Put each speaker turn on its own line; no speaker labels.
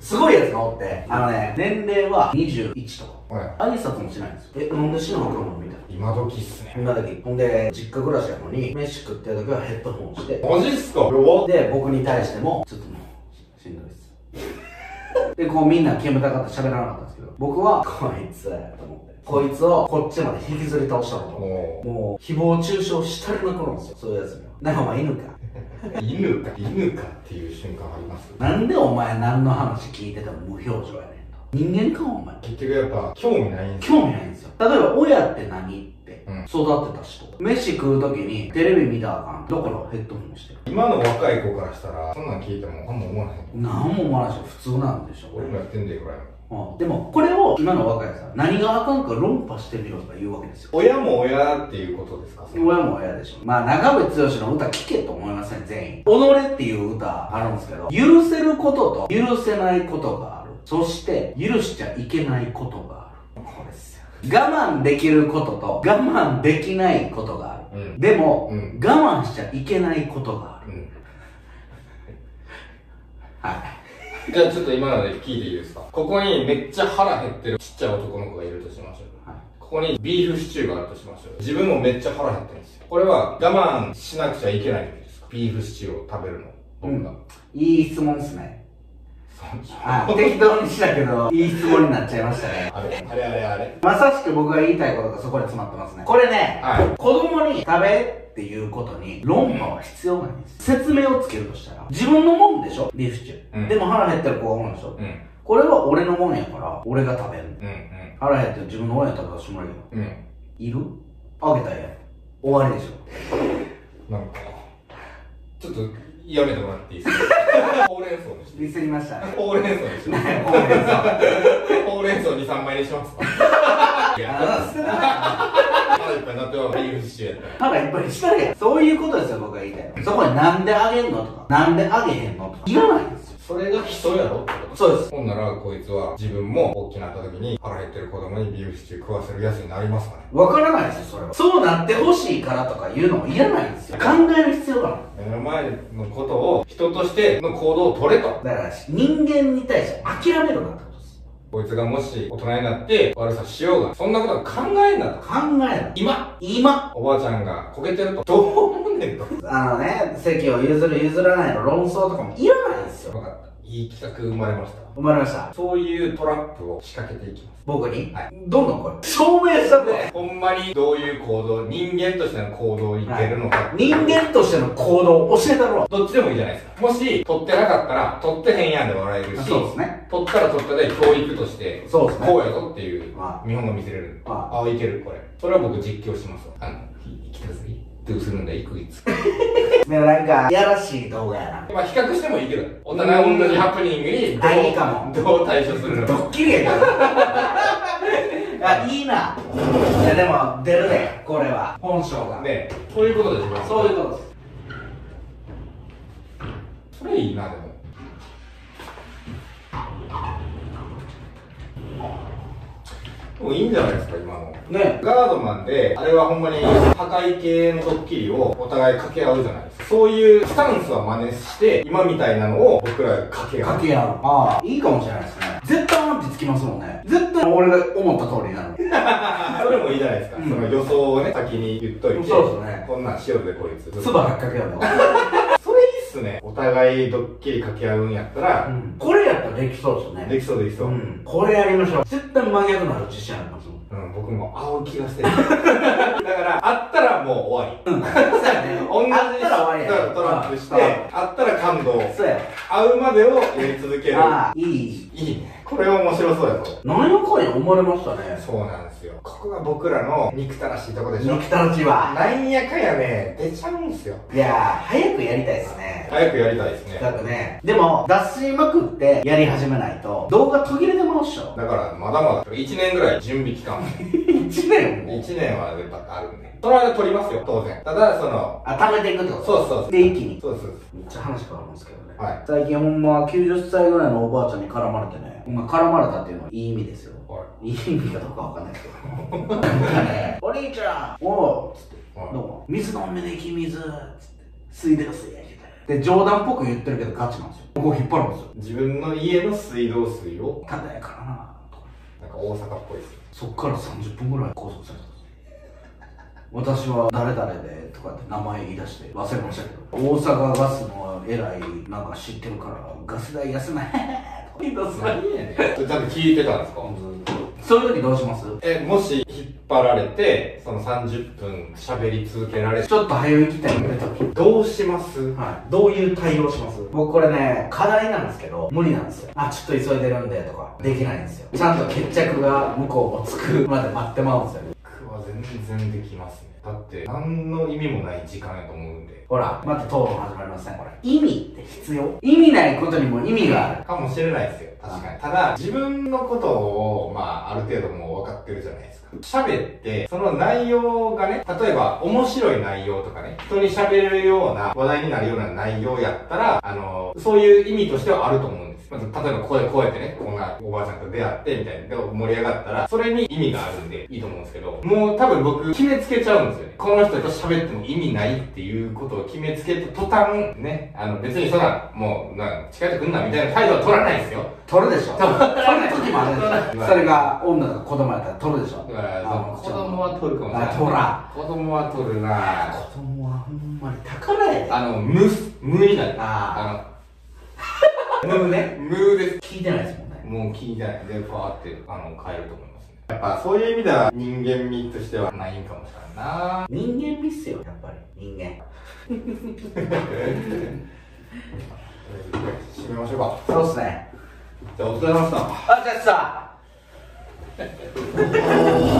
すごいやつがおって、あのね、年齢は21とか。
はい
挨拶もしないんですよ。え、なんで死の食うのみたいな。
今時っすね
今だけ、ほんで、実家暮らしやのに、飯食ってる時はヘッドホンして、
マジっすか弱っ
で、僕に対しても、ちょっともう、ししんどいっす。で、こうみんな煙たかった喋らなかったんですけど、僕は、こいつ、と思って。こいつをこっちまで引きずり倒したのと思って。
も
もう、誹謗中傷したりまくるんですよ。そういうやつには。なんかお前犬か。
う犬か犬かっていう瞬間あります
なんでお前何の話聞いてても無表情やねんと。人間かお前。
結局やっぱ興味ないんすよ
興味ないんですよ。例えば、親って何って
うん
育てた人。飯食う時にテレビ見たらあかん。どこのヘッドホンしてる。
今の若い子からしたらそんなん聞いてもあんま思わない
何も思わないでしょ。普通なんでしょ。
俺もやってんだよぐらいの
うんでも、これを今の若いさん、何があかんか論破してみようとか言うわけですよ。
親も親っていうことですかその
親も親でしょ。まあ、中渕剛の歌聴けと思いません、全員。己っていう歌あるんですけど、許せることと許せないことがある。そして、許しちゃいけないことがある。これですよ。我慢できることと我慢できないことがある。
うん
でも、
うん
我慢しちゃいけないことが
うん
ある。はい。
じゃあちょっと今ので聞いていいですかここにめっちゃ腹減ってるちっちゃい男の子がいるとしましょう
はい
ここにビーフシチューがあるとしましょう自分もめっちゃ腹減ってるんですよこれは我慢しなくちゃいけないんですかビーフシチューを食べるの僕が、
うんいい質問ですね。
そうでしょ
はい。適当にしたけど、いい質問になっちゃいましたね。
あれあれあれあれ
まさしく僕が言いたいことがそこで詰まってますね。これね、
は
子供に食べっていうことに論破は必要ないんです。説明をつけるとしたら、自分のもんでしょビーフシチュー。
うん
でも腹減ったらこう思うでしょ
いうん
これは俺のもんやから、俺が食べるの。
うん
腹減って自分のもんやったらしてもらえるよ。
うんうん
いるあげたらええやん。終わりでしょ。
なんかちょっとやめてもらっていいですかほうれん草にして
ミスりま したね。
ほうれん草にします
ねごめんなさい
ほうれん草23枚にしますかいや
あの捨てなかった
腹いっぱいになってはビーフシチューやったら
腹いっぱいにしたらやん。そういうことですよ、僕が言いたいの。そこになんであげんのとか、なんであげへんのとか、いらないんですよ。
それが人やろってこと
そうです。
ほんなら、こいつは自分も大きくなった時に腹減ってる子供にビーフシチュー食わせるやつになりますかね
わからないですよ、それは。そうなってほしいからとか言うのもいらないんですよ。考える必要があ
目の前のことを人としての行動を取れと。
る。だから、人間に対して諦めるなってことです。
こいつがもし大人になって悪さしようが、そんなことは考えんなと。
考える。
今、
今。
おばあちゃんがこけてると。どう思うねんと。
あのね、席を譲る譲らないの論争とかもいらないんですよ。
わかった。いい企画生まれました。
生まれました。
そういうトラップを仕掛けていきます。
僕に。
はい
どんどんこれ。証明したって。
ほんまにどういう行動、人間としての行動に出るのか。
人間としての行動を教えたろ
どっちでもいいじゃないですか。もし、取ってなかったら、取ってへんやんで笑える
う。
し、
そうですね。
取ったら取ったで教育として、
そうですね。
こうやぞっていう、
ま
見本が見せれる。
まあ
ああ、いける、これ。それは僕実況しますわ。あの、いきたすぎ。どうするんだ、いくいつ。
でもなんか、やらしい動画や
まあ、比較してもいいけど、お互い同じハプニングにど
あいいか
う、どう対処する
な。
の
ド
か。
ッキリ やから。あ、いいな。いや、でも、出るで、これは。本性が。
ねそういうことですよ。
そういうことです。
それいいな、でも。でもいいんじゃないですか、今の。
ね
ガードマンで、あれはほんまに破壊系のドッキリをお互い掛け合うじゃないですか。そういうスタンスは真似して、今みたいなのを僕らが掛け合う。
掛け合う。ああ、いいかもしれないですね。絶対アンチつきますもんね。絶対俺が思った通りになる。
それもいいじゃないですか。
うん
その予想をね、先に言っといて。
そうですね
こんなんしようぜ、こいつ。
唾ばっかけ合うの。
それいいっすね。お互いドッキリ掛け合うんやったら、
これやったらできそうですね。
できそうできそう。
う
うん、
ん。これやりましょう。絶対真逆なる自信ありますも ん。
僕も青気がしてる。 だから、あったらもう終わり。
そうやね。
同じ
あったら終わりやね
トラップして、
あ
あったら感動。
そうや。
会うまでをやり続ける。
ああ、いい。
いいね。これは面白そうやぞ。
何やかに思われましたね。
そうなんですよ。ここが僕らの憎たらしいとこでしょ。
肉たちは。
なんやかんやね、出ちゃうんすよ。
いやー、早くやりたいですね。
早くやりたいですね。
だってね。でも、脱水まくってやり始めないと、動画途切れてまうっしょ。
だからまだまだ1年ぐらい準備期間
1年も。
1年はやっぱあるんでその間取りますよ当然ただその
あ、貯めていくってこと
そうそうそう
で、一気に。
そうそう
めっちゃ話変わるんですけどね。
はい
最近ほんま90歳ぐらいのおばあちゃんに絡まれてね。ほんま絡まれたっていうのはいい意味ですよ。
そうはい
いい意味かどうかわかんないけど。なんかねお兄ちゃんおうつって、どう
は
も。水飲んでね、君水つって。水道水あげたよで、冗談っぽく言ってるけどガチなんですよ。ここ引っ張るんですよ。
自分の家の水道水を、
ただやからなとか
なんか大阪っぽいですよ。
そっから30分ぐらい拘束されたんですよ私は誰々でとかって名前言い出して忘れましたけど、大阪ガスの偉いなんか知ってるから、ガス代安ない とか言い出す
何やねん。それちゃんと聞いてたんですか
そういう時どうします
え、もし引っ張られて、その30分喋り続けられて、
ちょっと早い行きたいみたいな時。
どうします
はい。
どういう対応します
僕これね、課題なんですけど、無理なんですよ。あ、ちょっと急いでるんでとか、できないんですよ。ちゃんと決着が向こうもつくまで待ってまうんですよね。
僕は全然できますね。だって、何の意味もない時間やと思うんで。
ほら、また討論始まりますね、これ。意味って必要意味ないことにも意味がある。
かもしれないですよ。確かに。ただ、自分のことを、まあ、ある程度もう分かってるじゃないですか。喋って、その内容がね、例えば、面白い内容とかね、人に喋れるような、話題になるような内容やったら、あの、そういう意味としてはあると思うんです。まず、例えば、こうやこうやってね、こんなおばあちゃんと出会って、みたいな、で盛り上がったら、それに意味があるんで、いいと思うんですけど、もう多分僕、決めつけちゃうんですよね。この人と喋っても意味ないっていうことを決めつけた途端、ね、あの、別にそんな、もう、なんか近寄ってくんな、みたいな態度は取らないですよ。
取るでしょ取る時もあるでしょ
はい
それが女が子供やったら取るでしょ
だから
あの
子供は取るかもしれない。
あ取ら
子供は取るなぁ
子供はほんまに宝やで。
あの、無す、無になる。
あ
あ
あ。でもね、
の、無です。
聞いてないですもんね。
もう聞いてない。で、パーって、あの、変えると思いますね。やっぱ、そういう意味では、人間味としてはないんかもしれんな
人間味っすよ、やっぱり。人間。
締めましょうか。
そうっすね。
じゃあ、お疲れ様でした。
あ、じゃあさ。